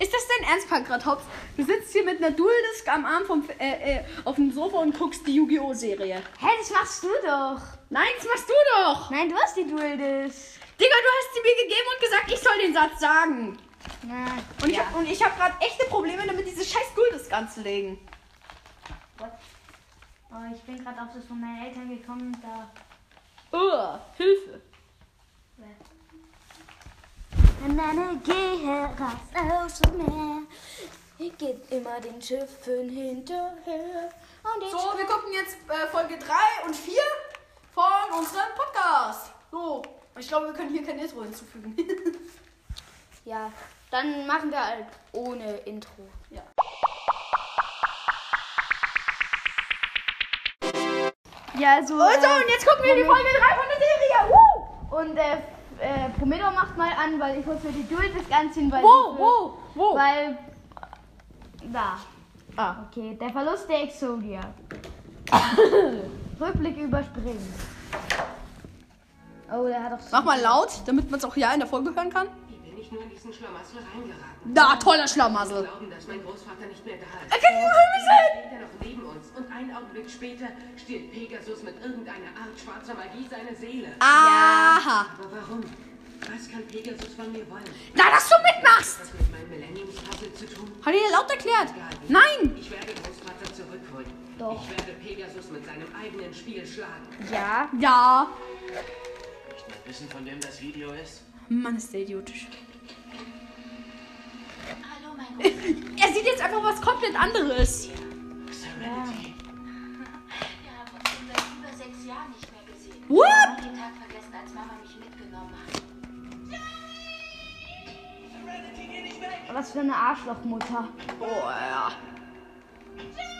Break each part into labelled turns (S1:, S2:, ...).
S1: Ist das dein Ernst, Pankrat Hops? Du sitzt hier mit einer Duldisk am Arm vom, äh, äh, auf dem Sofa und guckst die Yu-Gi-Oh! Serie.
S2: Hä, das machst du doch.
S1: Nein, das machst du doch!
S2: Nein, du hast die Duldis.
S1: Digga, du hast sie mir gegeben und gesagt, ich soll den Satz sagen.
S2: Na,
S1: Und ich
S2: ja.
S1: hab- und ich habe hab gerade echte Probleme damit, diese scheiß Duldisk anzulegen.
S2: What? Oh, ich bin gerade auf das von meinen Eltern gekommen. Da.
S1: Ugh, Hilfe.
S3: Banane, geh heraus aus dem Meer. Ich geh immer den Schiffen hinterher. Und ich
S1: So, wir gucken jetzt äh, Folge 3 und 4 von unserem Podcast. So, ich glaube, wir können hier kein Intro hinzufügen.
S3: Ja, dann machen wir halt ohne Intro.
S1: ja.
S2: Ja, also.
S1: Also,
S2: äh,
S1: und jetzt gucken wir die Folge 3 von der Serie. Woo!
S2: und äh, äh, Promedor macht mal an, weil ich muss mir die Duldis anziehen, weil.
S1: Wo,
S2: die-
S1: wo, wo?
S2: Weil. Da.
S1: Ah.
S2: Okay, der Verlust der Exodia. Rückblick überspringen. Oh, der hat doch.
S1: Mach mal laut, damit man es auch ja in der Folge hören kann.
S4: Wie bin ich nur in diesen Schlamassel reingeraten?
S1: Da, toller Schlamassel.
S4: Glauben, dass mein Großvater nicht mehr da
S1: Er
S4: ist.
S1: kann nicht mehr Himmel sein.
S4: Steht er noch neben uns und einen Augenblick später stiehlt Pegasus mit irgendeiner Art schwarzer Magie seine Seele.
S1: Ah. Aha.
S4: Aber warum? Was kann Pegasus von mir wollen?
S1: Na, dass du
S4: Hat
S1: mitmachst.
S4: das mit meinem Millenniums-Puzzle zu tun?
S1: Hat er dir laut erklärt?
S4: Egal.
S1: Nein.
S4: Ich werde Großvater zurückholen.
S2: Doch.
S4: Ich werde Pegasus mit seinem eigenen Spiel schlagen.
S2: Ja.
S1: Ja.
S5: Nicht mal wissen, von wem das Video ist?
S1: Mann, ist der idiotisch.
S3: Hallo, mein Gott.
S1: Er sieht jetzt einfach was komplett anderes.
S5: Serenity.
S3: Wir haben uns schon seit über sechs Jahren nicht mehr gesehen.
S1: What?
S3: Ich hab den Tag vergessen, als Mama mich mitgenommen hat.
S4: Ah.
S2: Was für eine Arschlochmutter.
S1: Oh, ja.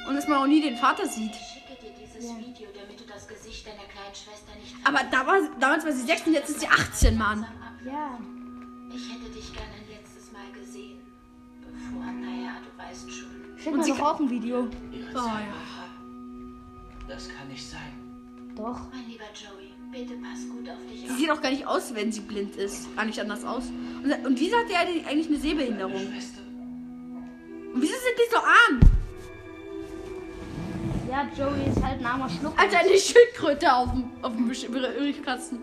S1: Und dass man auch nie den Vater sieht.
S3: Ich schicke dir dieses Video, damit du das Gesicht deiner kleinen Schwester nicht
S1: Aber da war, damals war sie 16, jetzt ist sie 18, Mann.
S3: verpasst.
S2: Ja.
S3: Ich hätte dich gern ein letztes Mal gesehen. Bevor, naja, du weißt schon.
S2: Schick
S1: Und
S2: mal
S1: sie
S2: doch auch ein Video.
S5: Ihre
S1: Oh, ja.
S5: Zeitmacher. Das kann nicht sein.
S2: Doch.
S3: Mein lieber Joey, bitte pass gut auf dich
S1: Sie
S3: auf.
S1: sieht auch gar nicht aus, wenn sie blind ist. Ah, nicht anders aus. Und, und wieso hat die eine- eigentlich eine
S5: Meine
S1: Sehbehinderung?
S5: Schwester.
S1: Und wieso sind die so arm?
S2: Ja, Joey ist halt ein armer Schluck.
S1: Alter, eine Schildkröte auf dem, auf dem Wisch- Briefkasten.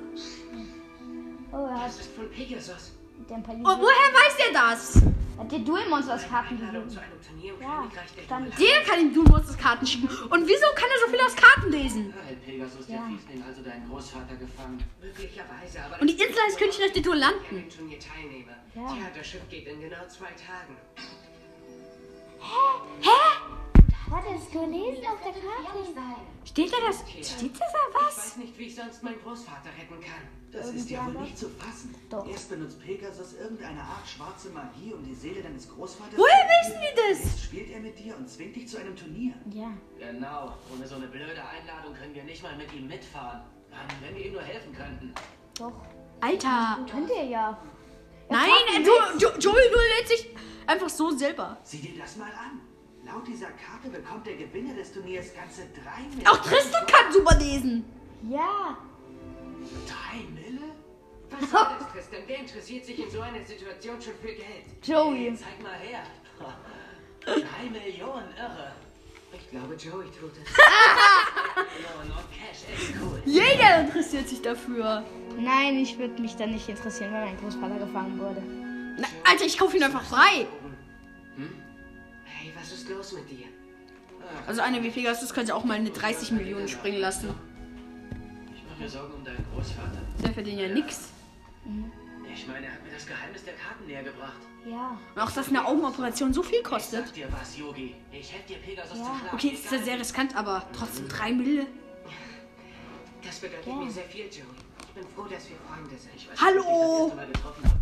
S2: Oh, er hat
S4: Das ist von Pegasus.
S2: den Palin.
S1: Und Oh, woher weiß der das?
S2: Hat dir Duel-Monsters Karten
S4: Einladung
S2: gegeben.
S4: um zu einem Turnier im
S2: Ja,
S4: Königreich der
S2: stand-
S4: Himmel.
S1: Der kann ihm du musst Karten schicken. Und wieso kann er so viel aus Karten lesen?
S5: Hey, Pegasus, der Fiesling, also deinen Großvater gefangen.
S4: Möglicherweise, aber...
S1: Und die Insel heißt Königreich der
S4: Ich an
S1: Duellanten.
S4: dem Turnier teilnehme.
S2: Ja.
S4: Tja, das Schiff geht in genau zwei Tagen.
S3: Hat er es gelesen auf der Karte?
S1: Steht da das? Steht da
S4: Ich
S1: was?
S4: weiß nicht, wie ich sonst meinen Großvater retten kann.
S6: Das ist ja wohl nicht zu fassen.
S2: Doch.
S6: Erst benutzt Pegasus irgendeine Art schwarze Magie, um die Seele deines Großvaters
S1: Woher wissen die das?
S6: Jetzt spielt er mit dir und zwingt dich zu einem Turnier.
S2: Ja.
S5: Genau. Ohne so eine blöde Einladung können wir nicht mal mit ihm mitfahren. Mann, wenn wir ihm nur helfen könnten.
S2: Doch.
S1: Alter.
S2: Könnt ihr ja.
S1: Nein, du, du, Joey duelliert sich einfach so selber.
S6: Sieh dir das mal an. Laut dieser Karte bekommt der Gewinner des Turniers ganze drei Mille.
S1: Auch Tristan kann super lesen.
S2: Ja.
S6: Drei Mille?
S4: Was soll das, Tristan? Wer interessiert sich in so einer Situation schon für Geld?
S2: Joey.
S5: Zeig mal her. Drei Millionen, irre.
S4: Ich glaube, Joey tut es.
S5: Millionen und Cash, echt cool.
S1: Jeder interessiert sich dafür.
S2: Nein, ich würde mich da nicht interessieren, weil mein Großvater gefangen wurde.
S1: Na, Alter, ich kaufe ihn einfach frei.
S6: Hm?
S4: Hey, was ist los mit dir?
S1: Also eine wie Pegasus könnte auch mal eine 30 Millionen springen lassen.
S5: Ich mache mir Sorgen um deinen Großvater.
S1: Der verdient ja nix.
S5: Ich meine, er hat mir das Geheimnis der Karten näher gebracht.
S2: Ja.
S1: Und auch, dass eine Augenoperation so viel
S5: Ich sag
S1: kostet.
S5: dir was, Yogi. Ich helf dir, Pegasus zu schlagen.
S1: Okay, ist ja sehr riskant, aber trotzdem 3 Mille.
S4: Das bedeutet mir sehr viel, Joey. Ich bin froh, dass wir Freunde sind.
S5: Ich weiß
S1: Hallo!
S5: nicht, wie ich das erste Mal getroffen habe.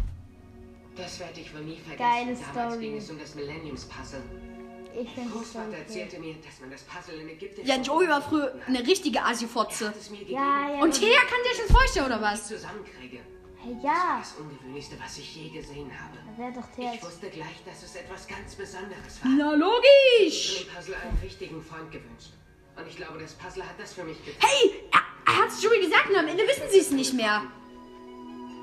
S4: Das werde ich wohl nie vergessen.
S2: Geile
S4: Damals
S2: Story.
S4: ging es um das Millenniums-Puzzle.
S2: Ich finde es so
S4: Großvater
S2: okay.
S4: erzählte mir, dass man das Puzzle in Ägypten...
S1: Ja, Joey war früher eine richtige
S4: Er
S1: Asifotze.
S4: hat es mir gegeben,
S2: Ja, ja.
S1: Und Thea kann dir schon vorstellen, oder
S4: ich
S1: was?
S4: zusammenkriege.
S2: Hey,
S1: Ah.
S2: ja.
S4: Das Ungewöhnlichste, was ich je gesehen habe.
S2: Da wäre doch
S4: Ich
S2: Thea.
S4: wusste gleich, dass es etwas ganz Besonderes war.
S1: Na, logisch.
S4: Ich habe Puzzle einen richtigen Freund gewünscht. Und ich glaube, das Puzzle hat das für mich getan.
S1: Hey, er, er hat's Joey gesagt und am Ende wissen sie es nicht mehr.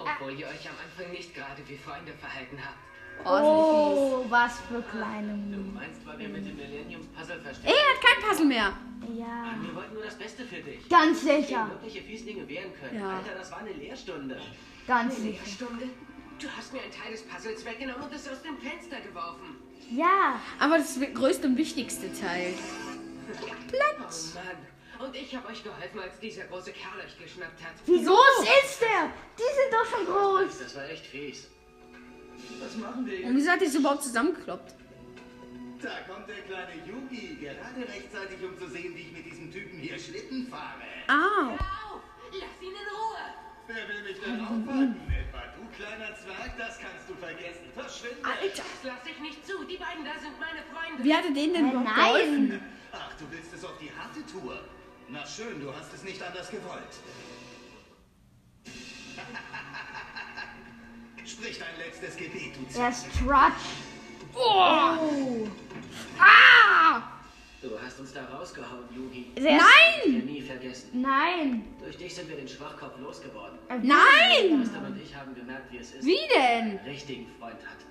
S4: Obwohl ihr euch am Anfang nicht gerade wie Freunde verhalten habt.
S1: Oh, sind die fies.
S2: Oh, was für kleine
S5: Du
S2: Mühe.
S5: meinst, weil wir mit dem Millennium Puzzle verstehen.
S1: Ey, er hat kein Puzzle mehr.
S2: Ja,
S5: Mann, wir wollten nur das Beste für dich.
S2: ganz
S5: Gegen
S2: sicher.
S5: wirkliche Fieslinge wehren können.
S1: Ja.
S5: Alter, das war eine Lehrstunde.
S2: Ganz
S4: Eine
S2: sicher.
S4: Lehrstunde? Du hast mir einen Teil des Puzzles weggenommen und es aus dem Fenster geworfen.
S2: Ja,
S1: Aber das größte und wichtigste Teil.
S4: Oh Mann. Und ich habe euch geholfen, als dieser große Kerl euch geschnappt hat.
S2: wie groß ist der? Die sind doch schon groß.
S5: Hm. Das war echt fies.
S6: Was machen wir jetzt?
S1: Und wieso hat die so überhaupt zusammengekloppt?
S6: Da kommt der kleine Yugi, gerade rechtzeitig, um zu sehen, wie ich mit diesem Typen hier Schlitten fahre.
S1: Au.
S4: Auf! Lass ihn in Ruhe!
S6: Wer will mich denn aufhalten? Etwa du, kleiner Zwerg, das kannst du vergessen. Verschwinde!
S1: Alter.
S4: Das lasse ich nicht zu. Die beiden da sind meine Freunde.
S1: Wie hat er denen denn überhaupt geholfen?
S2: Nein.
S6: Ach, du willst es auf die harte Tour? Na schön, du hast es nicht anders gewollt. Sprich dein letztes Gebet, du
S2: Er
S6: Zwerg.
S2: ist Trutsch.
S5: Du hast uns da rausgehauen, Yugi.
S2: Sehr-
S5: Das werden wir nie vergessen.
S2: Nein.
S5: Durch dich sind wir den Schwachkopf losgeworden.
S1: Nein!
S5: Christian und ich haben gemerkt, wie es ist,
S1: Wie denn?
S5: einen richtigen Freund hat.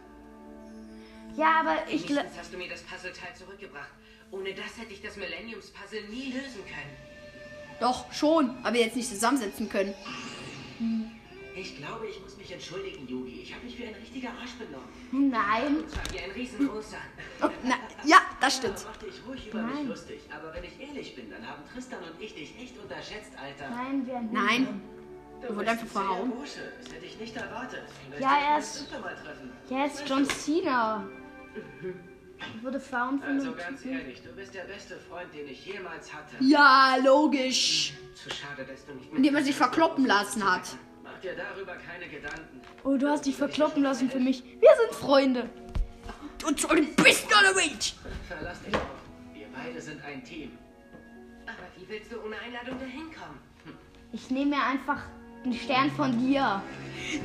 S2: Ja, aber ich glaube.
S4: Wenigstens hast du mir das Puzzleteil zurückgebracht. Ohne das hätte ich das Millenniums-Puzzle nie lösen können.
S1: Doch, schon. Aber jetzt nicht zusammensetzen können.
S5: Ich glaube, ich muss mich entschuldigen, Yugi. Ich habe mich wie ein richtiger Arsch benommen.
S2: Nein.
S4: Und zwar wie ein riesengroßer.
S1: Oh, na, ja, das stimmt.
S5: Mach dich ruhig über
S2: Nein.
S5: mich lustig. Aber wenn ich ehrlich bin, dann haben Tristan und ich dich echt unterschätzt, Alter.
S2: Nein, wir
S1: Nein.
S5: Du
S1: wurde
S5: bist
S1: einfach
S5: ein zäher
S1: verhauen.
S5: Bursche. Das hätte ich nicht erwartet. Vielleicht
S2: Ja,
S5: sollten wir
S2: er
S5: uns
S2: ist-
S5: öfter mal treffen.
S2: Der ist John Cena. Ich wurde found von
S5: Also
S2: einem
S5: ganz
S2: Typen.
S5: ehrlich, du bist der beste Freund, den ich jemals hatte.
S1: Hm. Ja, logisch.
S4: Zu schade, dass du nicht mehr...
S1: Indem er sich verkloppen lassen hat.
S5: Mach dir darüber keine Gedanken.
S2: Oh, du hast dich verkloppen lassen für mich. Wir sind Freunde.
S1: Und so ein bisschen unterwegs.
S5: Verlass dich auf. Wir beide sind ein Team.
S4: Aber wie willst du ohne Einladung dahin kommen?
S2: Ich nehme mir einfach einen Stern von dir.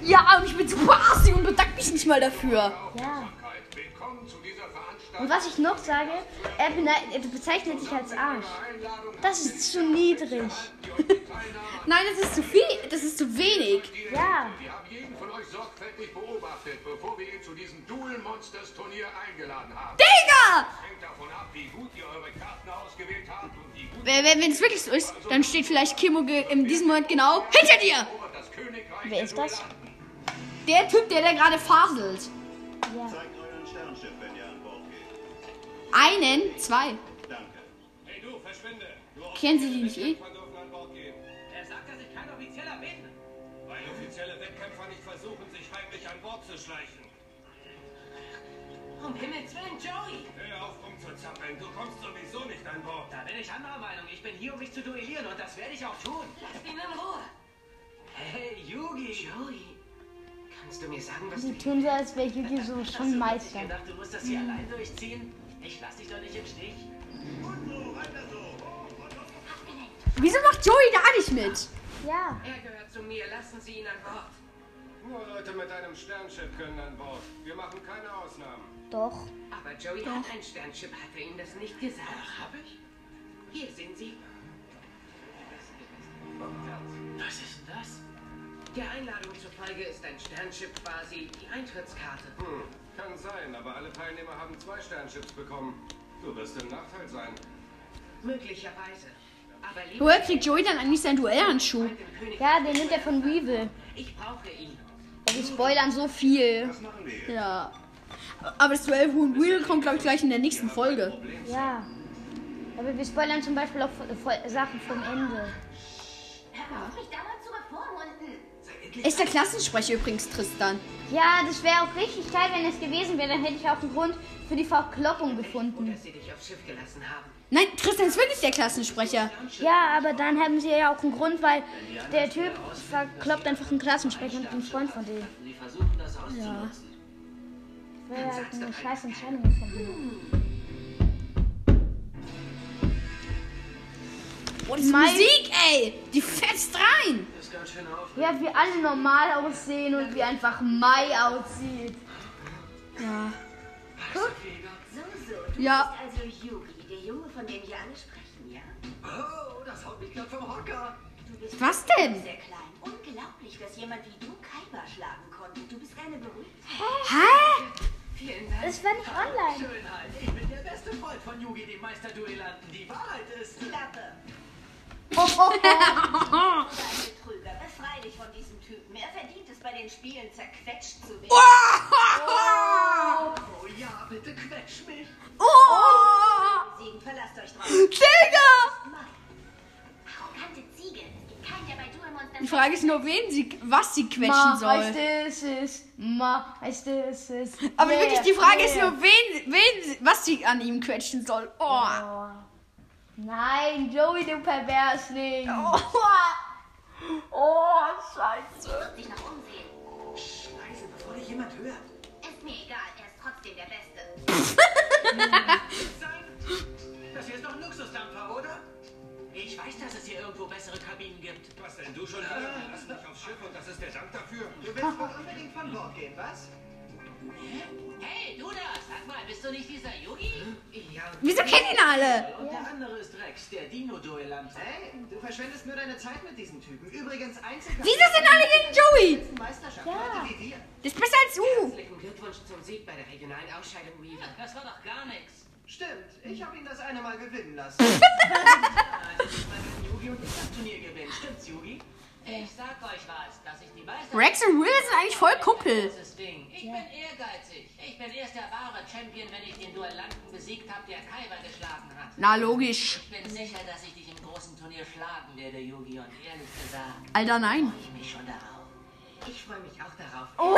S1: Ja, und ich bin super assi und bedanke mich nicht mal dafür.
S2: Ja.
S7: Aufmerksamkeit. Willkommen zu dieser Veranstaltung.
S2: Und was ich noch sage, er, bene- er bezeichnet sich als Arsch.
S7: Einladung
S2: Das ist zu niedrig.
S7: die euch die Teilnahme
S1: Nein, das ist zu viel. Das ist zu wenig.
S7: anbieten.
S2: Ja.
S7: Wir haben jeden von euch sorgfältig beobachtet, bevor wir ihn zu diesem Duel Monsters Turnier eingeladen haben.
S1: Digga!
S7: Hängt davon ab, wie gut ihr eure Karten ausgewählt habt und wie gut
S1: Wenn wenn- wenn es wirklich so ist, dann steht vielleicht Kimo ge- in diesem Moment genau hinter dir.
S7: erobert das Königreich
S2: Wer ist
S7: der
S2: das?
S7: Duellanten.
S1: Der Typ, der da gerade faselt.
S6: Zeigt euren Sternschiff, wenn ihr an Bord geht.
S1: Einen, zwei.
S6: Danke.
S7: Hey du, verschwinde. Nur
S1: Kennen Sie die nicht eh?
S7: Wettkämpfer dürfen an Bord gehen.
S5: Er sagt, dass ich kein offizieller bin.
S7: Weil offizielle Wettkämpfer nicht versuchen, sich heimlich an Bord zu schleichen.
S4: Um Himmels Willen, Joey!
S7: Hör auf, rumzuzappeln. Du kommst sowieso nicht an Bord.
S5: Da bin ich anderer Meinung. Ich bin hier, um mich zu duellieren und das werde ich auch tun.
S4: Lass ihn in Ruhe!
S5: Hey, Yugi.
S4: Joey, kannst du mir sagen, was
S2: Sie
S4: du...
S2: tun so, als wäre Yugi so
S5: Hast du
S2: schon
S5: wirklich
S2: Meister.
S5: gedacht, du musst das hier allein durchziehen? Ich lass dich doch nicht im Stich.
S1: Wieso macht Joey da nicht mit?
S2: Ja.
S4: Er gehört zu mir. Lassen Sie ihn an Bord.
S7: Nur Leute mit einem Sternschiff können an Bord. Wir machen keine Ausnahmen.
S2: Doch.
S4: Aber Joey hat ein Sternschiff. Hat er Ihnen das nicht gesagt?
S5: Hab ich?
S4: Hier sehen Sie.
S5: Was ist denn das?
S4: Der Einladung zufolge ist ein Sternschiff quasi die Eintrittskarte.
S7: Hm, kann sein, aber alle Teilnehmer haben zwei Sternschiffs bekommen. Du wirst im Nachteil sein.
S4: Möglicherweise. Aber lieber
S1: Woher kriegt Joey dann eigentlich seinen Duellhandschuh?
S4: dem König.
S2: Ja, den nimmt er von Weevil.
S4: Ich brauche ihn.
S2: Ja, Wir spoilern so viel.
S6: Was machen wir jetzt?
S1: Ja. Aber das Duell Huhn Wheel kommt, glaube ich, gleich in der nächsten Folge.
S2: Ja. Aber wir spoilern zum Beispiel auch vo- vo- Sachen vom Ende.
S1: Ist der Klassensprecher übrigens Tristan.
S2: Ja, das wäre auch richtig geil, wenn es gewesen wäre. Dann hätte ich auch einen Grund für die Verkloppung
S4: Oder
S2: gefunden.
S4: dass Sie dich aufs Schiff gelassen haben.
S1: Nein, Tristan ist wirklich der Klassensprecher.
S2: Ja, aber dann haben sie ja auch einen Grund, weil der Typ verkloppt einfach einen Klassensprecher und einen Freund von denen.
S5: Sie versuchen das auszunutzen.
S2: Wäre halt eine scheiß Entscheidung gefunden.
S1: Und diese
S2: Mein-
S1: Musik, ey! Die fetzt rein!
S5: Das ist ganz schön auf.
S2: Ja, wie alle normal aussehen und wie einfach Mai aussieht.
S1: Ja.
S8: So, so, du
S1: Ja.
S8: bist also Yugi, der Junge, von dem hier alle sprechen, ja?
S5: Oh, das haut mich grad vom Hocker.
S8: Du bist
S1: Was denn?
S8: sehr klein. Unglaublich, dass jemand wie du Kaiba schlagen konnte. Du bist eine Berühmtheit.
S1: Hä?
S2: es war nicht online.
S6: Schönheit, ich bin der beste Freund von Yugi, dem Meisterduellanten. Die Wahrheit ist...
S3: Klappe.
S9: Oh, oh,
S3: Dein Betrüger, befrei dich von diesem Typen. Er verdient es, bei den Spielen zerquetscht zu werden.
S9: oh.
S6: Oh ja, bitte quetsch mich.
S9: oh.
S3: Siegen, verlasst euch drauf.
S9: Digga!
S3: Mann. Arrogante Ziege. Es gibt keinen, der bei Duelmonstern
S1: Die Frage ist nur, wen sie, was sie quetschen
S2: Ma
S1: soll.
S2: heißt es, es. Ma heißt es, es.
S1: Aber
S2: Yeah,
S1: wirklich, die Frage ist
S2: yeah.
S1: nur, wen, wen, sie- was sie an ihm quetschen soll. Oh.
S2: Nein, Joey, du Perversling.
S1: Oh.
S2: Oh, scheiße.
S3: wird sich noch umsehen.
S6: Scheiße, bevor dich jemand hört.
S3: Ist mir egal, er ist trotzdem der Beste.
S6: Sein? Das hier ist doch ein Luxusdampfer, oder? Ich weiß, dass es hier irgendwo bessere Kabinen gibt.
S7: Was denn du schon wieder? Lass mich aufs Schiff und das ist der Dank dafür.
S6: Du willst wohl unbedingt von Bord gehen, was?
S5: Hey, du da, sag mal, bist du nicht dieser Yugi?
S6: Ja,
S1: Wieso kennen ihn alle?
S6: und der andere ist Rex, der Dino-Duellant. Hey, du verschwendest nur deine Zeit mit diesem Typen. Übrigens, einziger...
S1: Wieso sind alle gegen Joey?
S6: Meisterschaft, Leute wie wir.
S1: Das ist besser als du.
S6: Herzlichen Glückwunsch zum Sieg bei der regionalen Ausscheidung Weaver.
S5: Das war doch gar nichts.
S6: Stimmt, ich habe ihn das eine Mal gewinnen lassen. Also, ich meine, Yugi und ich das Turnier gewinnen. Stimmt's, Yugi?
S5: Ich sag euch was, dass ich die Meister...
S1: Rex Hm. und Will sind eigentlich voll Kumpel.
S5: Großes Ding. Ich bin ehrgeizig. Ich bin erst der wahre Champion, wenn ich den Duellanten besiegt habe, der Kaiber geschlagen hat.
S1: Na, logisch.
S5: Ich bin sicher, dass ich dich im großen Turnier schlagen werde, Yugi. Und ehrlich gesagt,
S1: Alter, nein.
S5: freue ich mich schon darauf.
S6: Ich freue mich auch darauf.
S2: Oh,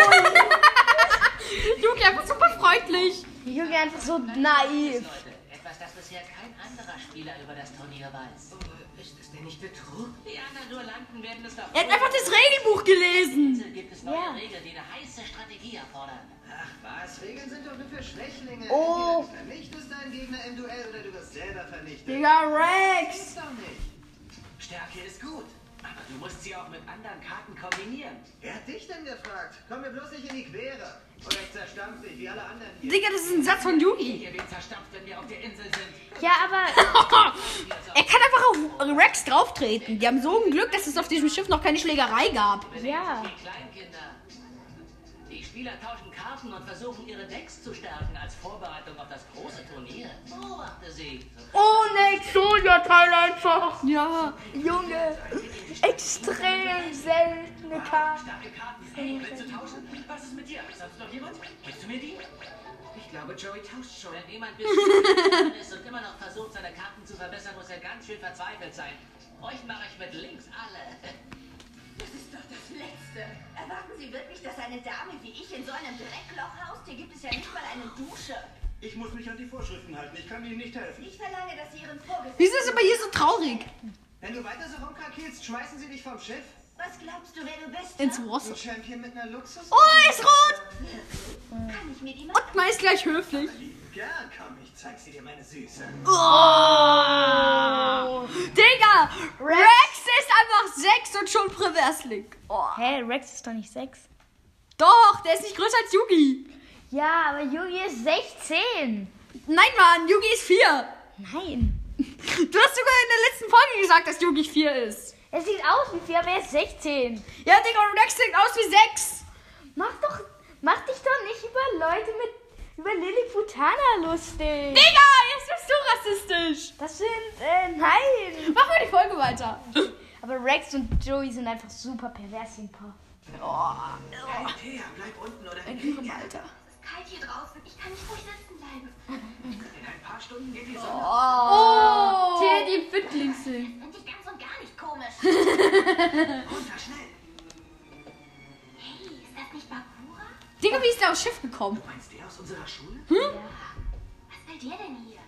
S1: Jogi einfach super freundlich.
S2: Junge, einfach so naiv.
S5: Leute, etwas, das bisher kein anderer Spieler über das Turnier weiß.
S6: Oh, Ist das denn nicht Betrug?
S5: Die anderen Duellanten werden es doch...
S1: Er hat einfach das Regelbuch gelesen.
S5: Gibt es neue
S2: Ja.
S5: Regeln, die eine heiße Strategie erfordern?
S6: Ach was, Regeln sind doch nur für Schwächlinge.
S2: Oh.
S6: Entweder du vernichtest deinen Gegner im Duell oder du wirst selber vernichtet.
S1: Digga, Rex.
S6: Ist doch nicht. Stärke ist gut, aber du musst sie auch mit anderen Karten kombinieren. Wer hat dich denn gefragt? Komm mir bloß nicht in die Quere. Oder ich zerstampf dich wie alle anderen hier.
S1: Digga, das ist ein Satz von Yugi.
S6: Ihr werdet zerstampft, wenn wir auf der Insel sind.
S2: Ja, aber
S1: er kann einfach auf Rex drauftreten. Die haben so ein Glück, dass es auf diesem Schiff noch keine Schlägerei gab.
S2: ja.
S5: Die Kleinkinder. Die Spieler tauschen Karten und versuchen ihre Decks zu stärken als Vorbereitung auf das große Turnier. Beobachte sie.
S2: Oh, Next Soja Teil einfach. Ja, Junge. Extrem seltene Karte.
S6: Starke Karten. Hey, willst du tauschen? Was ist mit dir? Sonst noch jemand? Gibst du mir die? Ich glaube, Joey tauscht schon.
S5: Wenn jemand bescheuert ist und immer noch versucht, seine Karten zu verbessern, muss er ganz schön verzweifelt sein. Euch mache ich mit links alle.
S3: Das ist doch das Letzte. Erwarten Sie wirklich, dass eine Dame wie ich in so einem Dreckloch haust? Hier gibt es ja nicht mal eine Dusche.
S10: Ich muss mich an die Vorschriften halten. Ich kann Ihnen nicht helfen.
S3: Ich verlange, dass Sie Ihren Vorgesetzten...
S1: Wieso ist aber hier so traurig?
S6: Wenn du weiter so rumkrakelst, schmeißen sie dich vom Schiff.
S3: Was glaubst du, wer du bist?
S1: Ins
S3: ha?
S1: Ross.
S6: Du Champion mit einer Luxus.
S1: Oh, er ist rot.
S3: Kann ich mir die machen?
S1: Und man ist gleich höflich.
S6: Gern, komm, ich zeig sie dir, meine Süße.
S1: Oh. Digga, Rex ist einfach 6 und schon Preversling. Oh.
S2: Hä, Rex ist doch nicht 6.
S1: Doch, der ist nicht größer als Yugi.
S2: Ja, aber Yugi ist 16.
S1: Nein, Mann, Yugi ist 4.
S2: Nein.
S1: Du hast sogar in der letzten Folge gesagt, dass Yugi 4 ist.
S2: Er sieht aus wie 4, aber er ist 16.
S1: Ja, Digga, und Rex sieht aus wie 6.
S2: Mach doch, mach dich doch nicht über Leute mit, über Lilliputana lustig.
S1: Digga, jetzt bist du rassistisch.
S2: Das sind, äh, nein.
S1: Mach mal die Folge weiter.
S2: Aber Rex und Joey sind einfach super pervers ein Paar.
S6: Hey, Thea, bleib unten oder in
S1: Alter.
S3: Es ist kalt hier draußen. Ich kann nicht ruhig sitzen bleiben.
S6: ein paar Stunden geht die Sonne.
S1: Oh.
S2: die Fittlingse.
S3: Finde ich ganz und gar nicht komisch.
S6: Runter, schnell.
S3: Hey, ist das nicht Bakura?
S1: Digga, wie ist der aufs Schiff gekommen?
S6: Meinst du die aus unserer Schule?
S3: Was will der denn hier?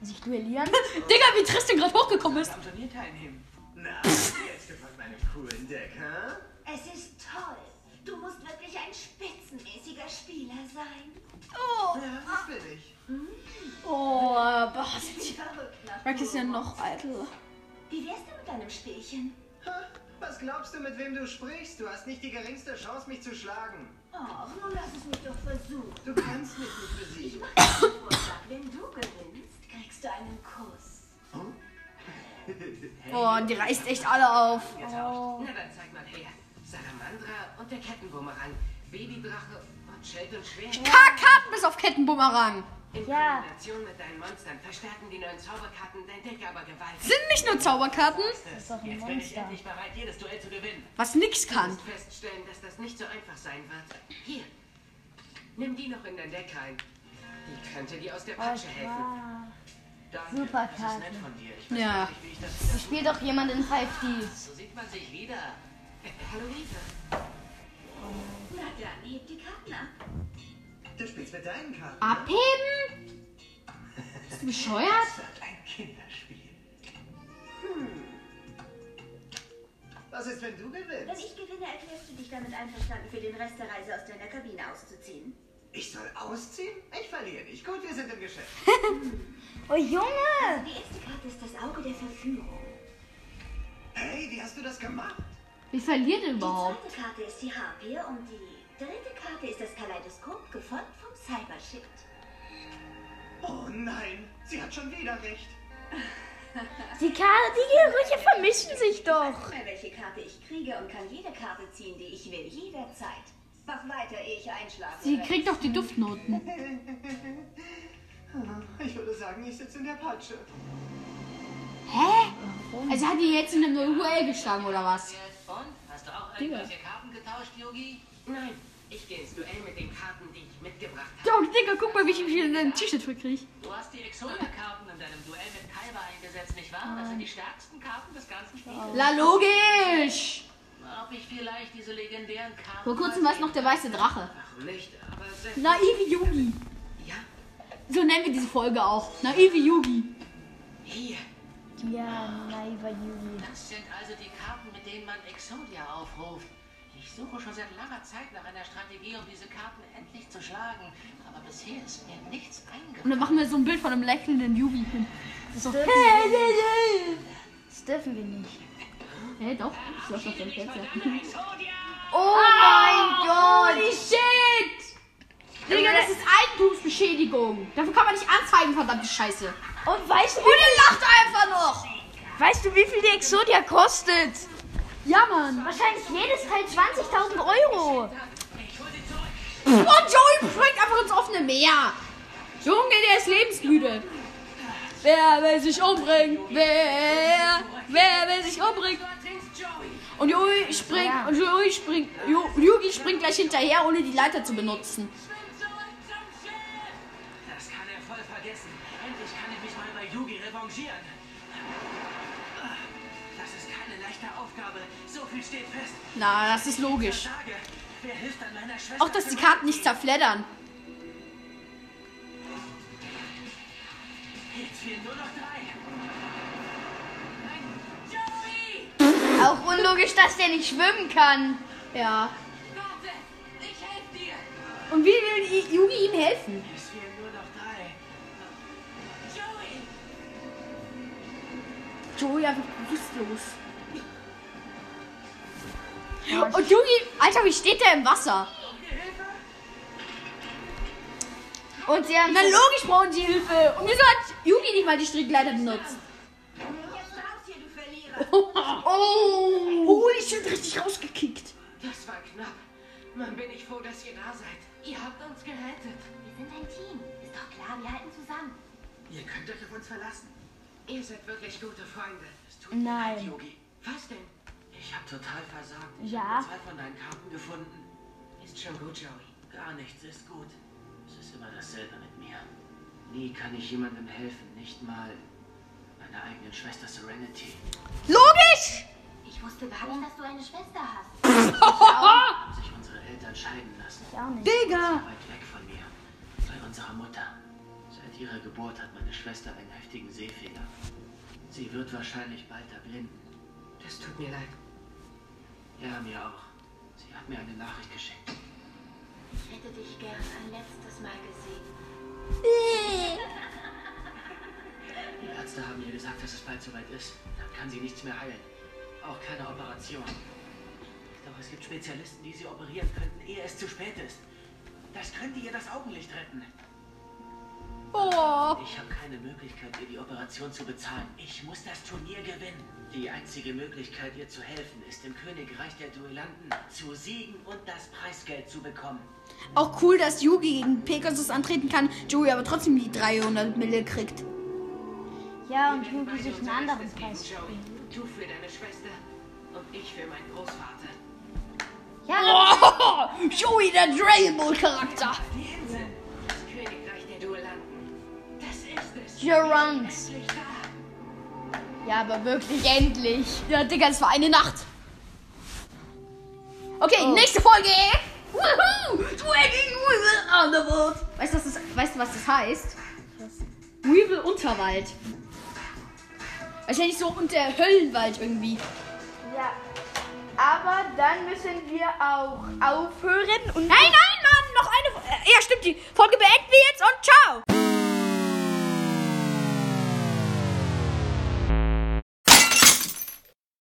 S2: Sich duellieren?
S1: Digga, wie Tristan gerade hochgekommen ist.
S6: Am Turnier teilnehmen.
S10: Na, jetzt gefällt meinem coolen Deck, hä?
S3: Es ist toll. Du musst wirklich ein spitzenmäßiger Spieler sein.
S1: Oh,
S6: Ja, das bin ich.
S1: oh Basti.
S3: Verrückt ne? nach
S1: Rex ist ja
S3: Dora.
S1: noch eitel.
S3: Wie wär's denn mit deinem Spielchen?
S6: Ha, Was glaubst du, mit wem du sprichst? Du hast nicht die geringste Chance, mich zu schlagen.
S3: Och, nun lass es mich doch versuchen.
S6: Du kannst mich nicht besiegen.
S3: Geburtstag. Wenn du gewinnst, kriegst du einen Kuss.
S1: Oh, die reißt echt alle auf.
S6: Getauscht.
S2: Oh.
S6: Na, dann zeig mal her. Salamandra und der Kettenbumerang. Babydrache und Schild und Schwert.
S1: K Karten bis auf
S11: Bumerang.
S5: In
S2: Ja.
S5: Kombination mit deinen Monstern verstärken die neuen Zauberkarten dein Deck aber gewaltig.
S1: Sind nicht nur Zauberkarten,
S5: Jetzt
S2: doch ein
S5: bin ich
S2: Monster.
S5: endlich bereit, jedes Duell zu gewinnen.
S1: was nix
S5: Du
S1: kann.
S5: musst feststellen, dass das nicht so einfach sein wird. Hier, nimm die noch in dein Deck rein. Die könnte dir aus der
S2: Oh,
S5: Patsche helfen. Danke,
S2: Super
S5: das ist nett
S2: Karte.
S5: von dir. Ich
S1: Ja.
S5: weiß nicht, wie ich das Also wieder...
S2: Spielt doch jemand in 5D.
S12: So sieht man sich wieder.
S5: Hallo, Lisa.
S8: Na dann, heb die Karten ab.
S6: Du spielst mit deinen Karten.
S1: Abheben? Bist du bescheuert?
S6: Das ist ein Kinderspiel. Hm. Was ist, wenn du
S8: Wenn
S6: gewinnst?
S8: ich gewinne, erklärst du dich damit einverstanden, für den Rest der Reise aus deiner Kabine auszuziehen.
S6: Ich soll ausziehen? Ich verliere nicht. Gut, wir sind im Geschäft.
S2: Oh Junge!
S8: Die erste Karte ist das Auge der Verführung.
S6: Hey, wie hast du das gemacht?
S1: Wie verliert ihr
S8: Die
S1: überhaupt?
S8: zweite Karte ist die Harpie und die dritte Karte ist das Kaleidoskop, gefolgt vom Cyberschild.
S6: Oh nein, sie hat schon wieder recht.
S2: Die Karte, die Gerüche vermischen sich doch.
S8: Mal, welche Karte ich kriege und kann jede Karte ziehen, die ich will, jederzeit. Mach weiter, ehe ich einschlafe.
S1: Sie kriegt doch die Duftnoten.
S6: Ich würde sagen, ich sitze in der Patsche.
S1: Hä? Also hat die jetzt in eine neue URL geschlagen oder was?
S12: Und? Hast du auch irgendwelche Karten getauscht, Yogi?
S5: Nein, ich gehe ins Duell mit den Karten, die ich mitgebracht habe.
S1: Jo, Digga, guck mal, wie ich mich in dein T-Shirt verkriege.
S12: Du hast die Exodia-Karten in deinem Duell mit Kaiba eingesetzt, nicht wahr? Das sind die stärksten Karten des ganzen Spiels.
S1: La, logisch!
S12: Ob ich vielleicht diese legendären Karten...
S1: Vor kurzem war es noch der weiße Drache.
S5: Warum nicht? Aber sehr
S1: Naive Yugi.
S5: Ja,
S1: So nennen wir diese Folge auch. Naive Yugi.
S5: hier.
S2: Ja, naiver Yugi.
S12: Das sind also die Karten, mit denen man Exodia aufruft. Ich suche schon seit langer Zeit nach einer Strategie, um diese Karten endlich zu schlagen. Aber bisher ist mir nichts
S1: Und
S12: eingefallen.
S1: dann machen wir so ein Bild von einem lächelnden Yugi hin.
S2: Das dürfen, wir nicht. das dürfen wir nicht.
S1: Hä, doch? Das läuft doch so ein
S2: Oh mein Gott!
S1: Ah, Holy shit! Digga, das ist Eigentumsbeschädigung. Dafür kann man nicht anzeigen, verdammte Scheiße.
S2: Und weißt du,
S1: Und ihr lacht einfach noch!
S2: weißt du, wie viel die Exodia kostet?
S1: Ja, Mann.
S2: Wahrscheinlich jedes Teil 20.000 Euro.
S1: Und Joey springt einfach ins offene Meer. Junge, der ist lebensmüde. Wer will sich umbringen? Wer? Wer will sich umbringen? Und Joey springt, und Joey springt, Jo- Yugi springt gleich hinterher, ohne die Leiter zu benutzen.
S5: Das kann er voll vergessen. Endlich kann ich mich mal bei Yugi revanchieren. Ah, Das ist keine leichte Aufgabe. So viel steht fest.
S1: Na, das ist logisch.
S5: Sage, wer hilft an meiner Schwester?
S1: Auch, dass die Karten nicht zerfleddern.
S5: Jetzt fehlen nur noch drei.
S2: Auch unlogisch, dass der nicht schwimmen kann.
S1: Ja. Und wie will I- Yugi ihm helfen?
S5: Es fehlen nur noch drei.
S1: Joey einfach bewusstlos. Und Yugi, Alter, wie steht der im Wasser?
S2: Und sie haben
S1: Na logisch brauchen sie Hilfe. Und wieso hat Yugi nicht mal die Strickleiter benutzt?
S8: Jetzt raus hier, du Verlierer.
S1: Oh, holy shit, richtig rausgekickt.
S5: Das war knapp. Mann, bin ich froh, dass ihr da seid. Ihr habt uns gerettet.
S8: Wir sind ein Team. Ist doch klar, wir halten zusammen.
S5: Ihr könnt euch auf uns verlassen. Ihr seid wirklich gute Freunde. Es tut
S2: Nein.
S5: mir leid, Yogi. Was denn? Ich habe total versagt. Ich
S2: Ja.
S5: habe zwei von deinen Karten gefunden. Ist schon gut, Joey. Gar nichts ist gut. Es ist immer dasselbe mit mir. Nie kann ich jemandem helfen, nicht mal meiner eigenen Schwester Serenity.
S1: Logisch!
S8: Ich wusste gar
S3: Hm?
S8: nicht, dass du eine Schwester hast.
S5: Haben sich unsere Eltern scheiden lassen.
S2: auch nicht.
S1: Digga!
S5: Weit weg von mir. Bei unserer Mutter. Seit ihrer Geburt hat meine Schwester einen heftigen Sehfehler. Sie wird wahrscheinlich bald erblinden. Das tut mir leid. Ja, mir auch. Sie hat mir eine Nachricht geschickt.
S8: Ich hätte dich gern ein letztes Mal gesehen.
S5: Die Ärzte haben ihr gesagt, dass es bald soweit ist. Dann kann sie nichts mehr heilen. Auch keine Operation. Doch es gibt Spezialisten, die sie operieren könnten, ehe es zu spät ist. Das könnte ihr das Augenlicht retten.
S1: Oh. Euro.
S5: Ich habe keine Möglichkeit, ihr die Operation zu bezahlen. Ich muss das Turnier gewinnen. Die einzige Möglichkeit, ihr zu helfen, ist im Königreich der Duellanten zu siegen und das Preisgeld zu bekommen.
S13: Auch cool, dass Yugi gegen Pegasus antreten kann, Joey aber trotzdem die 300 Mille kriegt.
S2: Ja, und Yugi sich einen anderen Preis.
S14: Du für deine Schwester und ich für meinen Großvater.
S2: Ja,
S13: Oh, Joey, der Dragon Ball Charakter.
S14: Die Insel, das Königreich der Duellanten. Das ist es.
S2: Jurungs.
S14: Endlich da.
S1: Ja, aber wirklich endlich. Ja, Digga, es war eine Nacht. Okay, nächste Folge. Oh. Woohoo! Dragging Weevil Underworld. Weißt du, was das, weißt du, was das heißt? Weevil Unterwald. Wahrscheinlich so unter Höllenwald irgendwie.
S2: ja. Aber dann müssen wir auch aufhören
S1: Nein,
S2: und
S1: nein, Mann, noch eine. Fo- äh, Ja, stimmt, die Folge beenden wir jetzt und ciao.